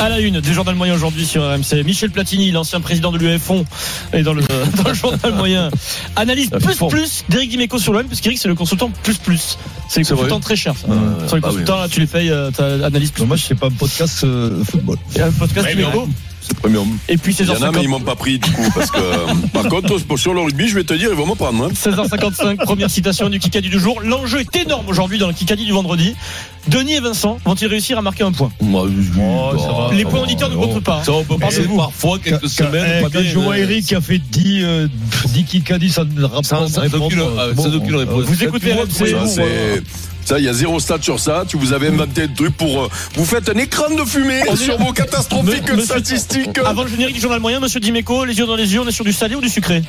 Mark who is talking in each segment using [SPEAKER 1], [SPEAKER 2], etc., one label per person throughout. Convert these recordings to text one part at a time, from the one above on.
[SPEAKER 1] À la une des journal moyen aujourd'hui sur RMC, Michel Platini, l'ancien président de l'UEFON, est dans le, dans le journal moyen. Analyse
[SPEAKER 2] Ah,
[SPEAKER 1] plus plus d'Éric Dimeco sur l'OM, parce qu'Éric c'est le consultant plus plus. C'est le
[SPEAKER 2] C'est vrai
[SPEAKER 1] consultant très cher. ça.
[SPEAKER 2] Euh,
[SPEAKER 1] sur les
[SPEAKER 2] ah oui.
[SPEAKER 1] consultants, là, tu les payes, euh, t'as analyse plus.
[SPEAKER 3] Non, moi, je sais pas, podcast euh, football.
[SPEAKER 1] plus. Euh, podcast
[SPEAKER 4] Ouais,
[SPEAKER 1] Dimeco.
[SPEAKER 2] C'est premium.
[SPEAKER 1] Et puis
[SPEAKER 2] Il y en a, mais
[SPEAKER 1] 16h50.
[SPEAKER 2] ils m'ont pas pris du coup. Parce que, euh, par contre, pour- sur le rugby, je vais te dire, ils vont me prendre. hein.
[SPEAKER 1] 16h55, première citation du Kikadi du jour. L'enjeu est énorme aujourd'hui dans le Kikadi du vendredi. Denis et Vincent vont-ils réussir à marquer un point
[SPEAKER 3] Moi, je-
[SPEAKER 4] va,
[SPEAKER 1] Oh, Les
[SPEAKER 4] ça
[SPEAKER 1] points
[SPEAKER 4] va,
[SPEAKER 1] auditeurs ne
[SPEAKER 4] non.
[SPEAKER 1] comptent pas. hein. Eh,
[SPEAKER 4] Bah, oh. Ça, on peut passer
[SPEAKER 1] Parlez-vous.
[SPEAKER 4] parfois quelques
[SPEAKER 3] Quand-
[SPEAKER 4] semaines.
[SPEAKER 3] eh,
[SPEAKER 4] pas
[SPEAKER 3] quand
[SPEAKER 4] bien,
[SPEAKER 3] je vois
[SPEAKER 4] euh,
[SPEAKER 3] Eric qui a fait 10, euh, 10 Kikadi, ça ne rapporte
[SPEAKER 4] Sans- sans aucune- euh, sans aucune réponse.
[SPEAKER 1] Vous écoutez RMC.
[SPEAKER 2] Ça,
[SPEAKER 1] vous, euh,
[SPEAKER 2] c'est. Ça, il y a zéro stat sur ça. Tu vous avez inventé le truc pour. euh, vous faites un écran de fumée
[SPEAKER 1] On est-
[SPEAKER 2] sur vos catastrophiques
[SPEAKER 1] Me- monsieur-
[SPEAKER 2] statistiques.
[SPEAKER 1] Avant le générique du journal moyen, monsieur Dimeco, les yeux dans les yeux, on est sur du salé ou du sucré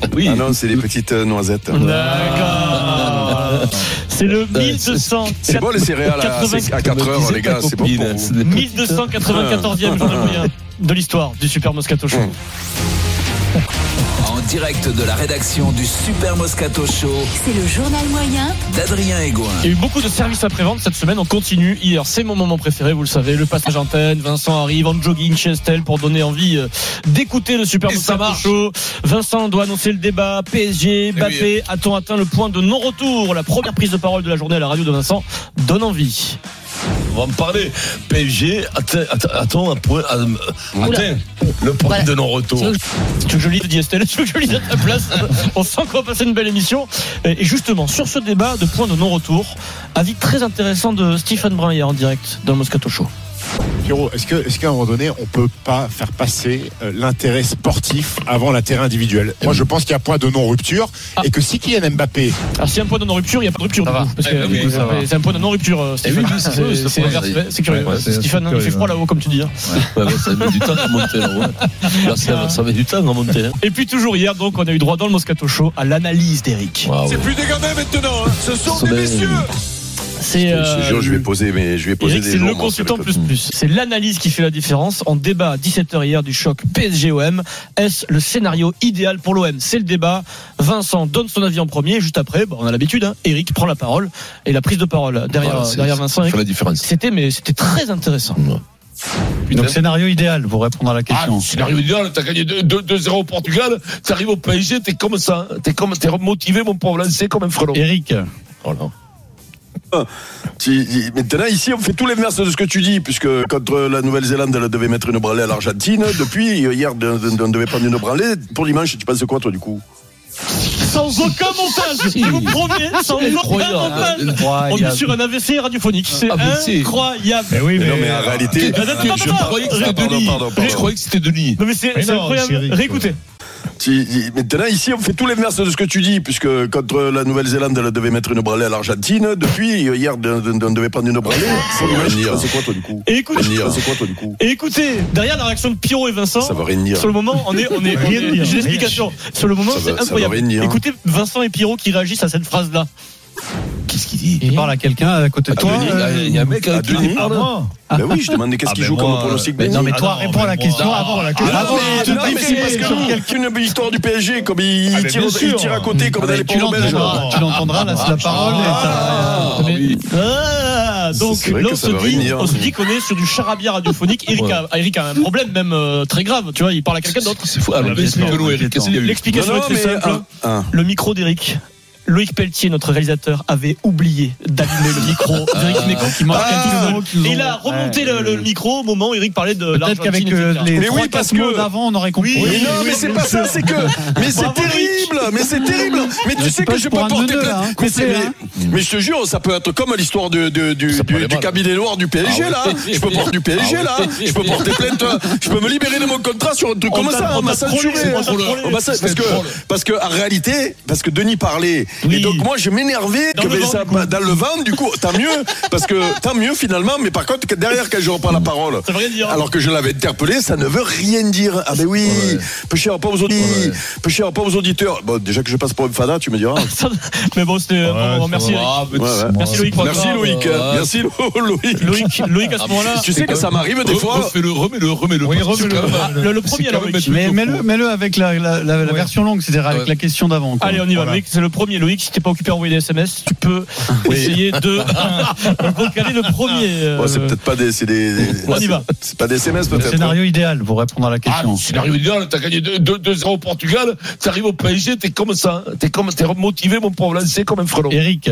[SPEAKER 2] Ah non, c'est des petites euh, noisettes.
[SPEAKER 1] D'accord. C'est le 1200.
[SPEAKER 2] C'est bon les céréales à,
[SPEAKER 1] 80.
[SPEAKER 2] à 4 heures, les gars. C'est bon pour
[SPEAKER 1] Ah
[SPEAKER 2] vous.
[SPEAKER 1] 1294e
[SPEAKER 4] Ah.
[SPEAKER 1] journal moyen de l'histoire du Super Moscato Show.
[SPEAKER 5] En direct de la rédaction du Super Moscato Show
[SPEAKER 6] C'est le journal moyen
[SPEAKER 5] d'Adrien Egoin.
[SPEAKER 1] Il y a eu beaucoup de services après-vente cette semaine. On continue hier. C'est mon moment préféré, vous le savez. Le passage en antenne. Vincent arrive en jogging chez Estelle pour donner envie euh, d'écouter le Super
[SPEAKER 4] Et ça
[SPEAKER 1] Moscato
[SPEAKER 4] marche. Eh
[SPEAKER 1] Show. Vincent doit annoncer le débat. PSG, Mbappé, a-t-on atteint le point de non-retour La première prise de parole de la journée à la radio de Vincent donne envie.
[SPEAKER 4] On va en parler. PSG, attends, attends, attends, un point, euh, atteint le point de non-retour.
[SPEAKER 1] Tu veux que je lise, dit Estelle, tu veux que je lise à ta place On sent qu'on va passer une belle émission. Et justement, sur ce débat de points de non-retour, avis très intéressant de Stephen Brun hier en direct dans le Moscato Show.
[SPEAKER 7] Pierrot, est-ce que- est-ce qu'à un moment donné, on peut pas faire passer euh, l'intérêt sportif avant l'intérêt individuel Moi, je pense qu'il y a point de non-rupture et que si Kylian Mbappé
[SPEAKER 1] Alors, s'il y a un point de non-rupture, il n'y a pas de rupture.
[SPEAKER 4] Ça
[SPEAKER 1] du
[SPEAKER 4] va.
[SPEAKER 1] coup, parce que,
[SPEAKER 4] Eh oui,
[SPEAKER 1] du coup,
[SPEAKER 4] ça
[SPEAKER 1] ça
[SPEAKER 4] va. Eh
[SPEAKER 1] fait- c'est un point de non-rupture, euh, Stephen.
[SPEAKER 4] oui, c'est curieux,
[SPEAKER 1] C'est-
[SPEAKER 4] ce
[SPEAKER 1] c'est
[SPEAKER 4] point.
[SPEAKER 1] inversé. C'est curieux.
[SPEAKER 3] Ouais, c'est-
[SPEAKER 1] Stephen,
[SPEAKER 3] c'est
[SPEAKER 1] il fait
[SPEAKER 3] curieux,
[SPEAKER 1] froid là-haut, comme tu dis. hein.
[SPEAKER 4] Ouais, ouais, ça met du temps à monter là-haut. Là, ça, ça met du temps à monter. hein.
[SPEAKER 1] Et puis, toujours hier, donc, on a eu droit dans le Moscato Show à l'analyse d'Eric.
[SPEAKER 4] Waouh.
[SPEAKER 2] C'est plus des gamins maintenant. hein. Ce sont
[SPEAKER 4] Ce
[SPEAKER 2] des
[SPEAKER 4] sont des-
[SPEAKER 2] messieurs.
[SPEAKER 1] C'est.
[SPEAKER 2] Je te
[SPEAKER 1] euh,
[SPEAKER 2] jure, je vais poser, mais je vais poser
[SPEAKER 1] Eric,
[SPEAKER 2] des
[SPEAKER 1] c'est
[SPEAKER 2] noms,
[SPEAKER 1] le
[SPEAKER 2] moi, sur les
[SPEAKER 1] consultant plus
[SPEAKER 2] papiers.
[SPEAKER 1] plus. C'est l'analyse qui fait la différence. En débat à 17h hier du choc PSG-OM, est-ce le scénario idéal pour l'OM C'est le débat. Vincent donne son avis en premier. et Juste après, bah, on a l'habitude, hein, Eric prend la parole. Et la prise de parole derrière,
[SPEAKER 4] Voilà, c'est-
[SPEAKER 1] derrière Vincent, hein.
[SPEAKER 4] ça
[SPEAKER 1] Eric,
[SPEAKER 4] fait la différence.
[SPEAKER 1] c'était mais c'était très intéressant.
[SPEAKER 3] Donc, scénario idéal pour répondre à la
[SPEAKER 4] Ah,
[SPEAKER 3] question.
[SPEAKER 4] scénario idéal, t'as gagné 2-0 au Portugal, t'arrives au PSG, t'es comme ça, hein. t'es comme, t'es motivé, mon pauvre lancé comme un frelon.
[SPEAKER 3] Eric,
[SPEAKER 4] Voilà.
[SPEAKER 2] Tu- tu- Maintenant, ici, on fait tout l'inverse de ce que tu dis, puisque contre la Nouvelle-Zélande, elle devait mettre une branlée à l'Argentine. Depuis, euh, hier, on on devait prendre une branlée. Pour dimanche, tu penses quoi, toi, du coup
[SPEAKER 1] Sans aucun montage, je vous promets, sans aucun montage. On est sur un AVC radiophonique, c'est
[SPEAKER 4] AVC.
[SPEAKER 1] incroyable.
[SPEAKER 3] eh oui, mais,
[SPEAKER 2] Non, mais en réalité.
[SPEAKER 1] Attends, attends,
[SPEAKER 4] Je
[SPEAKER 1] attends,
[SPEAKER 4] croyais que
[SPEAKER 1] attends,
[SPEAKER 4] c'était
[SPEAKER 2] pardon,
[SPEAKER 4] Denis.
[SPEAKER 2] pardon, pardon.
[SPEAKER 4] Je croyais que c'était Denis.
[SPEAKER 1] Non mais c'est
[SPEAKER 3] Mais
[SPEAKER 1] c'est
[SPEAKER 3] non, c'est
[SPEAKER 1] incroyable.
[SPEAKER 3] Eric.
[SPEAKER 1] Réécoutez.
[SPEAKER 2] Tu- tu- Maintenant, ici, on fait tout l'inverse de ce que tu dis, puisque contre la Nouvelle-Zélande, elle devait mettre une branlée à l'Argentine. Depuis, euh, hier, on on devait prendre une branlée. Pour dimanche, tu penses quoi, toi, du coup
[SPEAKER 1] Et écoute-
[SPEAKER 2] Tu penses quoi, toi, du coup
[SPEAKER 1] Et écoutez, derrière la réaction de Pierrot et Vincent,
[SPEAKER 2] Ça veut rien dire.
[SPEAKER 1] Sur le moment, on est, on est,
[SPEAKER 3] Rien
[SPEAKER 1] on est-
[SPEAKER 3] dire,
[SPEAKER 1] j'ai
[SPEAKER 3] rien.
[SPEAKER 1] l'explication. Sur le moment,
[SPEAKER 2] Ça va-
[SPEAKER 1] c'est
[SPEAKER 2] ça
[SPEAKER 1] incroyable.
[SPEAKER 2] va rien dire.
[SPEAKER 1] Écoutez Vincent et Pierrot qui réagissent à cette phrase-là.
[SPEAKER 4] Qu'est-ce qu'il dit
[SPEAKER 3] tu parles à quelqu'un à côté de
[SPEAKER 2] Ah,
[SPEAKER 3] toi
[SPEAKER 2] Denis,
[SPEAKER 3] euh,
[SPEAKER 4] Il y a un mec
[SPEAKER 2] à
[SPEAKER 4] avec
[SPEAKER 2] Denis,
[SPEAKER 3] Ah, moi
[SPEAKER 2] Ben oui, je demandais qu'est-ce qu'il joue comme pronostic.
[SPEAKER 3] Mais non, Ah, mais toi, réponds à la question avant. la question.
[SPEAKER 2] Ah non,
[SPEAKER 3] Avant,
[SPEAKER 2] mais,
[SPEAKER 3] tu
[SPEAKER 2] non,
[SPEAKER 3] te
[SPEAKER 2] mais c'est
[SPEAKER 3] dis-
[SPEAKER 2] parce que nous, il y a qu'une victoire du PSG, comme il,
[SPEAKER 3] Ah,
[SPEAKER 2] il
[SPEAKER 3] mais
[SPEAKER 2] tire,
[SPEAKER 3] bien
[SPEAKER 2] il
[SPEAKER 3] sûr.
[SPEAKER 2] tire à côté, comme
[SPEAKER 3] Ah,
[SPEAKER 2] dans
[SPEAKER 3] mais
[SPEAKER 2] les
[SPEAKER 3] tu
[SPEAKER 2] ports belges.
[SPEAKER 3] l'entendras, tu l'entendras, là, c'est la parole. et t'as-
[SPEAKER 4] Ah, oui.
[SPEAKER 1] Ah, donc
[SPEAKER 2] C'est vrai
[SPEAKER 1] là,
[SPEAKER 2] que
[SPEAKER 1] on
[SPEAKER 2] ça
[SPEAKER 1] se,
[SPEAKER 2] va
[SPEAKER 1] dit,
[SPEAKER 2] réunir.
[SPEAKER 1] on se dit qu'on est sur du charabia radiophonique. Eric,
[SPEAKER 4] Ouais.
[SPEAKER 1] a, Eric a un problème, même euh, très grave. Tu vois, il parle à quelqu'un d'autre.
[SPEAKER 4] C'est fou. Alors,
[SPEAKER 3] mais
[SPEAKER 4] explique-nous,
[SPEAKER 3] non,
[SPEAKER 4] Eric. Qu'est-ce qu'il y a eu
[SPEAKER 2] Non,
[SPEAKER 1] L'explication
[SPEAKER 2] non,
[SPEAKER 1] est très
[SPEAKER 2] mais
[SPEAKER 1] simple. hein.
[SPEAKER 2] un, un.
[SPEAKER 1] Le micro d'Eric. Loïc Pelletier, notre réalisateur, avait oublié d'allumer le micro d'Eric Dimeco qui marque
[SPEAKER 2] Ah,
[SPEAKER 1] un petit peu. Et
[SPEAKER 3] qu'ils ont-
[SPEAKER 1] Euh, il a remonté
[SPEAKER 3] Ah,
[SPEAKER 1] le, le micro au moment où Eric parlait de
[SPEAKER 3] Peut-être
[SPEAKER 1] l'Argentine.
[SPEAKER 3] qu'avec euh,
[SPEAKER 1] etc.
[SPEAKER 3] les
[SPEAKER 2] Mais
[SPEAKER 3] trois,
[SPEAKER 2] oui, parce
[SPEAKER 3] quatre mots
[SPEAKER 2] que-
[SPEAKER 3] d'avant, on aurait compris.
[SPEAKER 2] mais non, mais c'est pas ça, c'est que. Mais c'est
[SPEAKER 1] Bravo, Eric.
[SPEAKER 2] terrible, mais c'est terrible. Mais tu
[SPEAKER 3] tu
[SPEAKER 2] sais que
[SPEAKER 3] passes
[SPEAKER 2] je peux
[SPEAKER 3] pour un
[SPEAKER 2] porter
[SPEAKER 3] neuneu,
[SPEAKER 2] plainte.
[SPEAKER 3] là, hein,
[SPEAKER 2] mais, c'est-
[SPEAKER 3] coupé,
[SPEAKER 2] mais- mais je te jure, ça peut être comme l'histoire de- de- du,
[SPEAKER 4] Ça prend
[SPEAKER 2] du,
[SPEAKER 4] les
[SPEAKER 2] du
[SPEAKER 4] balles.
[SPEAKER 2] cabinet noir du PSG,
[SPEAKER 4] Ah
[SPEAKER 2] là.
[SPEAKER 4] ouais.
[SPEAKER 2] Je peux porter du PSG,
[SPEAKER 4] Ah
[SPEAKER 2] là.
[SPEAKER 4] ouais.
[SPEAKER 2] Je peux porter plainte. Je peux me libérer de mon contrat sur un truc
[SPEAKER 1] On
[SPEAKER 2] comme
[SPEAKER 1] t'a-
[SPEAKER 2] ça.
[SPEAKER 1] on
[SPEAKER 2] On m'a
[SPEAKER 1] t'a trollé,
[SPEAKER 2] censuré.
[SPEAKER 1] on t'a trollé.
[SPEAKER 2] On m'a- Parce que, parce que, en réalité, parce que Denis parlait
[SPEAKER 1] Oui.
[SPEAKER 2] Et donc moi je m'énervais
[SPEAKER 1] Dans
[SPEAKER 2] que
[SPEAKER 1] le vent,
[SPEAKER 2] Vincent-
[SPEAKER 1] du coup.
[SPEAKER 2] dans le vent du coup tant mieux parce que tant mieux finalement mais par contre que derrière quand je reprends la parole
[SPEAKER 1] Ça veut rien dire.
[SPEAKER 2] alors que je l'avais interpellé ça ne veut rien dire ah ben oui peu cher pas aux auditeurs peu cher pas aux auditeurs bon déjà que je passe pour une fada tu me diras
[SPEAKER 1] Mais bon, c'était. bon, bon, merci. Eric.
[SPEAKER 4] Ah,
[SPEAKER 1] Merci, Loïc, pour
[SPEAKER 2] merci
[SPEAKER 1] grave,
[SPEAKER 2] Loïc hein. merci Lo- Loïc
[SPEAKER 1] Loïc, Loïc, à ce moment-là.
[SPEAKER 2] tu sais que ça m'arrive des fois
[SPEAKER 4] Refais-le, remets-le, remets-le.
[SPEAKER 3] Oui,
[SPEAKER 4] parce que
[SPEAKER 3] remets-le.
[SPEAKER 4] quand même,
[SPEAKER 3] le-
[SPEAKER 1] Le, le premier,
[SPEAKER 4] c'est
[SPEAKER 1] alors,
[SPEAKER 4] quand même
[SPEAKER 1] Loïc.
[SPEAKER 4] être-
[SPEAKER 3] Mais mets-le mets -le avec la, la, la- la
[SPEAKER 4] Ouais.
[SPEAKER 3] version longue, c'est-à-dire avec
[SPEAKER 4] Ouais.
[SPEAKER 3] la question d'avant. quoi.
[SPEAKER 1] Allez, on y va,
[SPEAKER 3] Voilà.
[SPEAKER 1] Loïc. C'est le premier, Loïc. Si t'es pas occupé à envoyer des SMS, tu peux essayer de vocaler le premier. euh,
[SPEAKER 2] Ouais, Oh, c'est peut-être pas des c'est des, des-
[SPEAKER 1] On y va.
[SPEAKER 2] c'est pas des SMS
[SPEAKER 3] Le
[SPEAKER 2] peut-être
[SPEAKER 3] scénario idéal pour répondre à la
[SPEAKER 4] Ah,
[SPEAKER 3] question.
[SPEAKER 4] le scénario idéal, t'as gagné 2-0 au Portugal, t'arrives au PSG, t'es comme ça, hein. t'es comme, t'es motivé, mon pauvre, lancé comme un frelon.
[SPEAKER 3] Eric,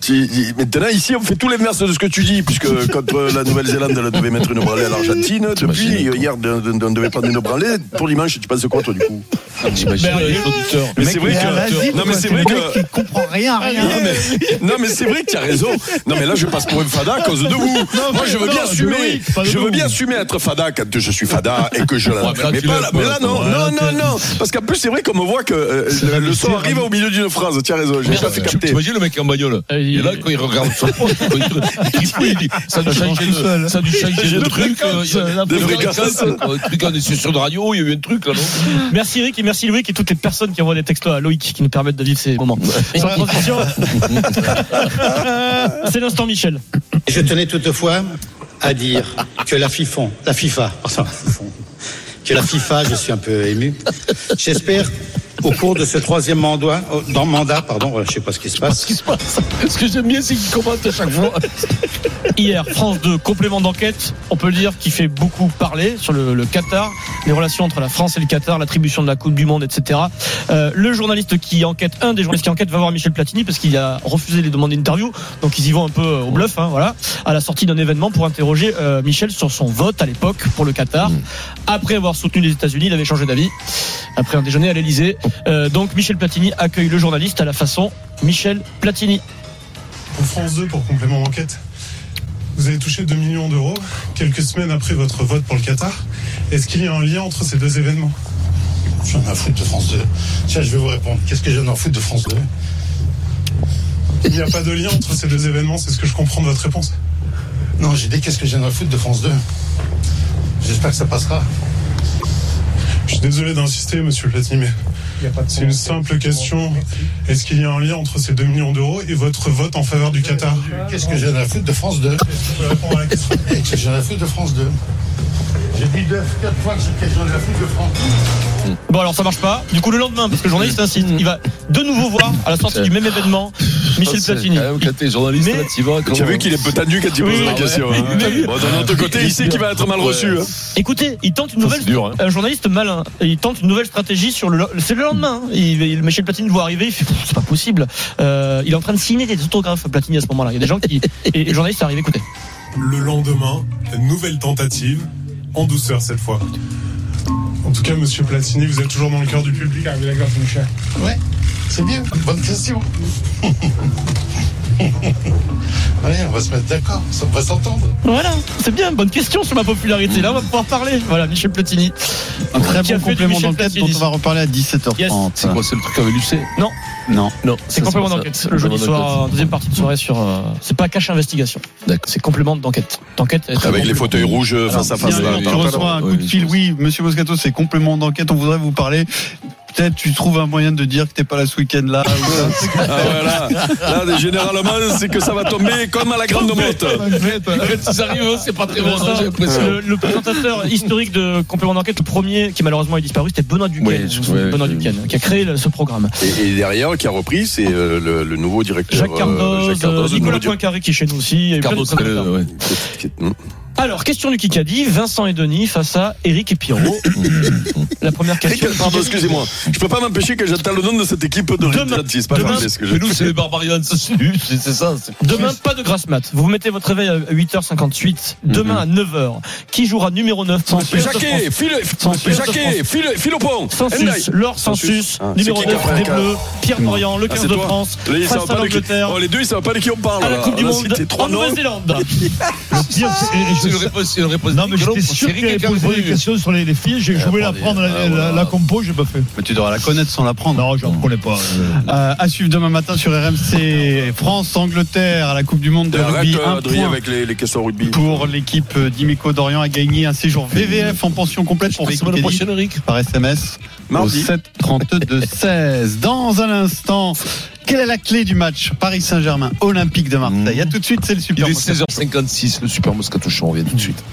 [SPEAKER 2] Tu- tu- Maintenant, ici, on fait tout l'inverse de ce que tu dis, puisque contre la Nouvelle-Zélande, elle devait mettre une branlée à l'Argentine. Depuis,
[SPEAKER 4] T'imagines, toi.
[SPEAKER 2] hier, de- de- on devait prendre une branlée. Pour dimanche, tu penses quoi, toi, du coup
[SPEAKER 4] J'imagine
[SPEAKER 1] Ben,
[SPEAKER 4] les auditeurs.
[SPEAKER 2] Mais
[SPEAKER 3] le
[SPEAKER 2] c'est
[SPEAKER 3] mec,
[SPEAKER 2] vrai
[SPEAKER 3] il est à l'asile,
[SPEAKER 2] que. Non, mais
[SPEAKER 3] quoi.
[SPEAKER 2] c'est vrai
[SPEAKER 3] le mec
[SPEAKER 2] que.
[SPEAKER 3] qui comprend
[SPEAKER 1] Ah,
[SPEAKER 3] rien, rien.
[SPEAKER 2] Non mais, non, mais c'est vrai que tu as raison. Non mais là je passe pour un fada à cause de vous. Moi je veux
[SPEAKER 1] non,
[SPEAKER 2] bien
[SPEAKER 1] de
[SPEAKER 2] assumer.
[SPEAKER 1] Loïc, pas de
[SPEAKER 2] je veux
[SPEAKER 1] nous.
[SPEAKER 2] bien assumer être fada quand je suis fada et que je la.
[SPEAKER 4] Ouais, mais là,
[SPEAKER 2] mais,
[SPEAKER 4] tu
[SPEAKER 2] pas
[SPEAKER 4] l'as
[SPEAKER 2] là,
[SPEAKER 4] pas,
[SPEAKER 2] mais là, non,
[SPEAKER 4] ouais,
[SPEAKER 2] non, non, non. Parce qu'en plus c'est vrai qu'on me voit que euh, le, le son arrive au milieu d'une phrase. Tu as raison, j'ai pas fait
[SPEAKER 4] Euh, Tu
[SPEAKER 2] capter.
[SPEAKER 4] imagines le mec en bagnole
[SPEAKER 1] Euh, il-
[SPEAKER 4] Et là, quand il regarde son poste, quand il il- il dit ça a dû changer de- ça a dû changer de truc. euh, il y a-
[SPEAKER 2] Des fréquences.
[SPEAKER 4] quoi. Un truc, on est sur- sur de radio, il y a eu un truc là, non
[SPEAKER 1] Merci Eric et merci Loïc et toutes les personnes qui envoient des textos à Loïc qui nous permettent de vivre ces moments. Sans transition, Euh, c'est l'instant Michel.
[SPEAKER 8] Je tenais toutefois à dire que la FIFA, la FIFA, pardon, Fifon. que la FIFA, je suis un peu ému. J'espère au cours de ce troisième mandat, oh, dans mandat, pardon, voilà, je sais pas ce qui se passe.
[SPEAKER 4] Ce qui se passe, ce que j'aime bien, c'est qu'il commente à chaque fois.
[SPEAKER 1] Hier, France 2, complément d'enquête, on peut le dire, qui fait beaucoup parler sur le, le Qatar, les relations entre la France et le Qatar, l'attribution de la Coupe du Monde, etc. Euh, le journaliste qui enquête, un des journalistes qui enquête, va voir Michel Platini parce qu'il a refusé les demandes d'interview, donc ils y vont un peu euh, au bluff, hein, voilà, à la sortie d'un événement pour interroger euh, Michel sur son vote à l'époque pour le Qatar. Après avoir soutenu les États-Unis, il avait changé d'avis après un déjeuner à l'Elysée. donc Michel Platini accueille le journaliste à la façon Michel Platini.
[SPEAKER 9] France 2 pour complément d'enquête. Vous avez touché 2 millions d'euros quelques semaines après votre vote pour le Qatar. Est-ce qu'il y a un lien entre ces deux événements
[SPEAKER 8] Je m'en fous de France 2. Tiens, je vais vous répondre. Qu'est-ce que je m'en fous de France 2
[SPEAKER 9] Il n'y a pas de lien entre ces deux événements, c'est ce que je comprends de votre réponse.
[SPEAKER 8] Non, j'ai dit qu'est-ce que je m'en fous de France 2 J'espère que ça passera.
[SPEAKER 9] Je suis désolé d'insister, monsieur Platini, mais c'est une simple question. Est-ce qu'il y a un lien entre ces 2 millions d'euros et votre vote en faveur du Qatar
[SPEAKER 8] Qu'est-ce que j'ai à foutre de France 2
[SPEAKER 9] Je peux répondre à la question.
[SPEAKER 8] Qu'est-ce que j'ai à foutre de France 2 J'ai dit deux, quatre fois que j'ai qu'est-ce que j'en ai à foutre de France 2.
[SPEAKER 1] Bon alors ça marche pas. Du coup le lendemain, parce que le journaliste insiste, il va de nouveau voir à la sortie du même événement Michel
[SPEAKER 4] Ah, C'est
[SPEAKER 1] Platini.
[SPEAKER 4] Quand même, quand t'es journaliste,
[SPEAKER 1] Mais-
[SPEAKER 4] là, t'y vas.
[SPEAKER 2] Tu as vu qu'il est peu tendu quand il pose
[SPEAKER 1] Oui,
[SPEAKER 2] la
[SPEAKER 1] oui.
[SPEAKER 2] question. hein.
[SPEAKER 1] Mais-
[SPEAKER 2] Bon, d'un autre côté, il sait qu'il va être mal reçu. hein.
[SPEAKER 1] Écoutez, il tente une
[SPEAKER 4] Ça,
[SPEAKER 1] nouvelle.
[SPEAKER 4] c'est dur, hein.
[SPEAKER 1] Un journaliste malin, il tente une nouvelle stratégie sur le. C'est le lendemain. hein. Il, il- Michel Platini voit arriver. Il fait Pff, c'est pas possible. Euh, il est en train de signer des autographes Platini à ce moment-là. Il y a des gens qui. Et le journaliste arrive. Écoutez.
[SPEAKER 9] Le lendemain,
[SPEAKER 2] hein.
[SPEAKER 9] nouvelle tentative, en douceur cette fois. En tout cas, monsieur Platini, vous êtes toujours dans le cœur du public.
[SPEAKER 2] Ah,
[SPEAKER 8] Ouais, c'est bien. Bonne question. ouais, on va se mettre d'accord. Ça va s'entendre.
[SPEAKER 1] Voilà, c'est bien. Bonne question sur ma popularité. Là, on va pouvoir parler. Voilà, Michel Platini.
[SPEAKER 3] un très
[SPEAKER 1] Qui a
[SPEAKER 3] bon
[SPEAKER 1] fait du
[SPEAKER 3] complément
[SPEAKER 1] Michel
[SPEAKER 3] d'enquête dont
[SPEAKER 1] Platini.
[SPEAKER 3] on va reparler à 17h30.
[SPEAKER 4] C'est quoi, c'est le truc avec l'UC
[SPEAKER 1] Non.
[SPEAKER 3] Non.
[SPEAKER 4] Non.
[SPEAKER 1] C'est
[SPEAKER 4] ça,
[SPEAKER 1] complément
[SPEAKER 4] pas ça.
[SPEAKER 1] d'enquête. Le jeudi
[SPEAKER 4] Complément
[SPEAKER 1] soir,
[SPEAKER 4] d'enquête.
[SPEAKER 1] en deuxième partie de soirée sur. euh, c'est pas cache investigation.
[SPEAKER 4] D'accord.
[SPEAKER 1] C'est complément d'enquête. D'enquête. elle est très
[SPEAKER 2] Avec
[SPEAKER 1] bon.
[SPEAKER 2] les fauteuils rouges euh, face à
[SPEAKER 3] Bien
[SPEAKER 2] face. là.
[SPEAKER 3] sûr, tu
[SPEAKER 2] Attends,
[SPEAKER 3] reçois un
[SPEAKER 4] ouais,
[SPEAKER 3] coup de fil.
[SPEAKER 4] je pense.
[SPEAKER 3] Oui, monsieur Moscato, c'est complément d'enquête. On voudrait vous parler. Peut-être tu trouves un moyen de dire que t'es pas là ce week-end là. ou ça.
[SPEAKER 2] Ah ouais, là, là, généralement, c'est que ça va tomber comme à la grande motte.
[SPEAKER 3] hein.
[SPEAKER 4] Quand ils arrivent, Ah, c'est pas très bon, hein,
[SPEAKER 1] Vincent,
[SPEAKER 4] j'ai l'impression.
[SPEAKER 1] Ah, le, le présentateur historique de Complément d'enquête, le premier qui malheureusement est disparu, c'était Benoît Duquesne,
[SPEAKER 4] Ouais, je-
[SPEAKER 1] Vous vous souvenez de
[SPEAKER 4] ouais,
[SPEAKER 1] Benoît
[SPEAKER 4] je-
[SPEAKER 1] Duquesne, qui a créé le- ce programme.
[SPEAKER 2] Et, et derrière, qui a repris, c'est euh, le, le nouveau directeur.
[SPEAKER 1] Jacques
[SPEAKER 2] euh,
[SPEAKER 1] Cardoz,
[SPEAKER 2] Jacques Cardoz,
[SPEAKER 1] euh,
[SPEAKER 2] le
[SPEAKER 1] Nicolas
[SPEAKER 2] nouveau directeur.
[SPEAKER 1] Poincaré qui est chez nous aussi. il y a eu plein de
[SPEAKER 4] Cardo, c'est
[SPEAKER 1] présentateurs.
[SPEAKER 4] le- ouais.
[SPEAKER 2] Qui est- hmm.
[SPEAKER 1] Alors, question du Kikadi, Vincent et Denis face à Eric et Pierrot. la première question.
[SPEAKER 2] Jacques Cardoz, excusez-moi. Je peux pas m'empêcher que j'entends le nom de cette équipe de
[SPEAKER 1] Demain-
[SPEAKER 2] Ritalin. C'est pas
[SPEAKER 1] demain-
[SPEAKER 2] grave, c'est ce que je-
[SPEAKER 4] Mais nous, c'est les barbarians, ça, c'est c'est- c'est ça. c'est-
[SPEAKER 1] Demain, pas de grasse mat. Vous mettez votre réveil à 8h58. Demain à 9h. Qui jouera numéro 9 pour
[SPEAKER 2] Mais
[SPEAKER 1] le Tour de France
[SPEAKER 2] Jacquet, file,
[SPEAKER 1] Sans-
[SPEAKER 2] Jacquet, file, file au pont.
[SPEAKER 1] Sansus, Laure Sansus,
[SPEAKER 2] Sansus. Ah,
[SPEAKER 1] numéro
[SPEAKER 2] c'est qui qui a
[SPEAKER 1] 9 des
[SPEAKER 2] pris un
[SPEAKER 1] Bleus, Pierre Dorian, le
[SPEAKER 2] Ah,
[SPEAKER 1] 15
[SPEAKER 2] c'est
[SPEAKER 1] de
[SPEAKER 2] toi.
[SPEAKER 1] France,
[SPEAKER 2] Là, ils savent
[SPEAKER 1] face à
[SPEAKER 2] pas de qui-
[SPEAKER 1] l'Angleterre,
[SPEAKER 2] Oh, les deux, ils savent pas de qui on parle.
[SPEAKER 1] à la
[SPEAKER 2] là.
[SPEAKER 1] Coupe du
[SPEAKER 2] On a
[SPEAKER 1] Monde
[SPEAKER 2] cité trois
[SPEAKER 1] en
[SPEAKER 2] noms.
[SPEAKER 1] Nouvelle-Zélande. Le pire, c'est-
[SPEAKER 4] c'est une réponse. une réponse
[SPEAKER 10] Non, mais
[SPEAKER 4] rigolo
[SPEAKER 10] j'étais
[SPEAKER 4] pour
[SPEAKER 10] sûr
[SPEAKER 4] Thierry
[SPEAKER 10] qu'il allait
[SPEAKER 4] Gaillard.
[SPEAKER 10] poser des questions sur les, les filles.
[SPEAKER 3] Eh,
[SPEAKER 10] J'ai- Je voulais la prendre, la, la- la compo, j'ai pas fait.
[SPEAKER 3] ah, Mais tu devrais la connaître sans la prendre.
[SPEAKER 10] Non, je ne connais pas.
[SPEAKER 3] Euh, à suivre demain matin sur RMC France-Angleterre à la Coupe du Monde de
[SPEAKER 2] Arrête,
[SPEAKER 3] rugby.
[SPEAKER 2] euh,
[SPEAKER 3] Un
[SPEAKER 2] Adrien,
[SPEAKER 3] point
[SPEAKER 2] avec les, les questions rugby.
[SPEAKER 3] pour l'équipe d'Imeco d'Orient a gagné un séjour VVF en pension complète pour Vicky Kelly par SMS au
[SPEAKER 2] Mardi.
[SPEAKER 3] 7 32 16. Dans un instant, quelle est la clé du match Paris Saint-Germain Olympique de Marseille. À tout de suite, c'est le Super
[SPEAKER 4] Mmh. Il est
[SPEAKER 3] Moscato.
[SPEAKER 4] 16h56, le Super Moscato Show, on revient tout de suite.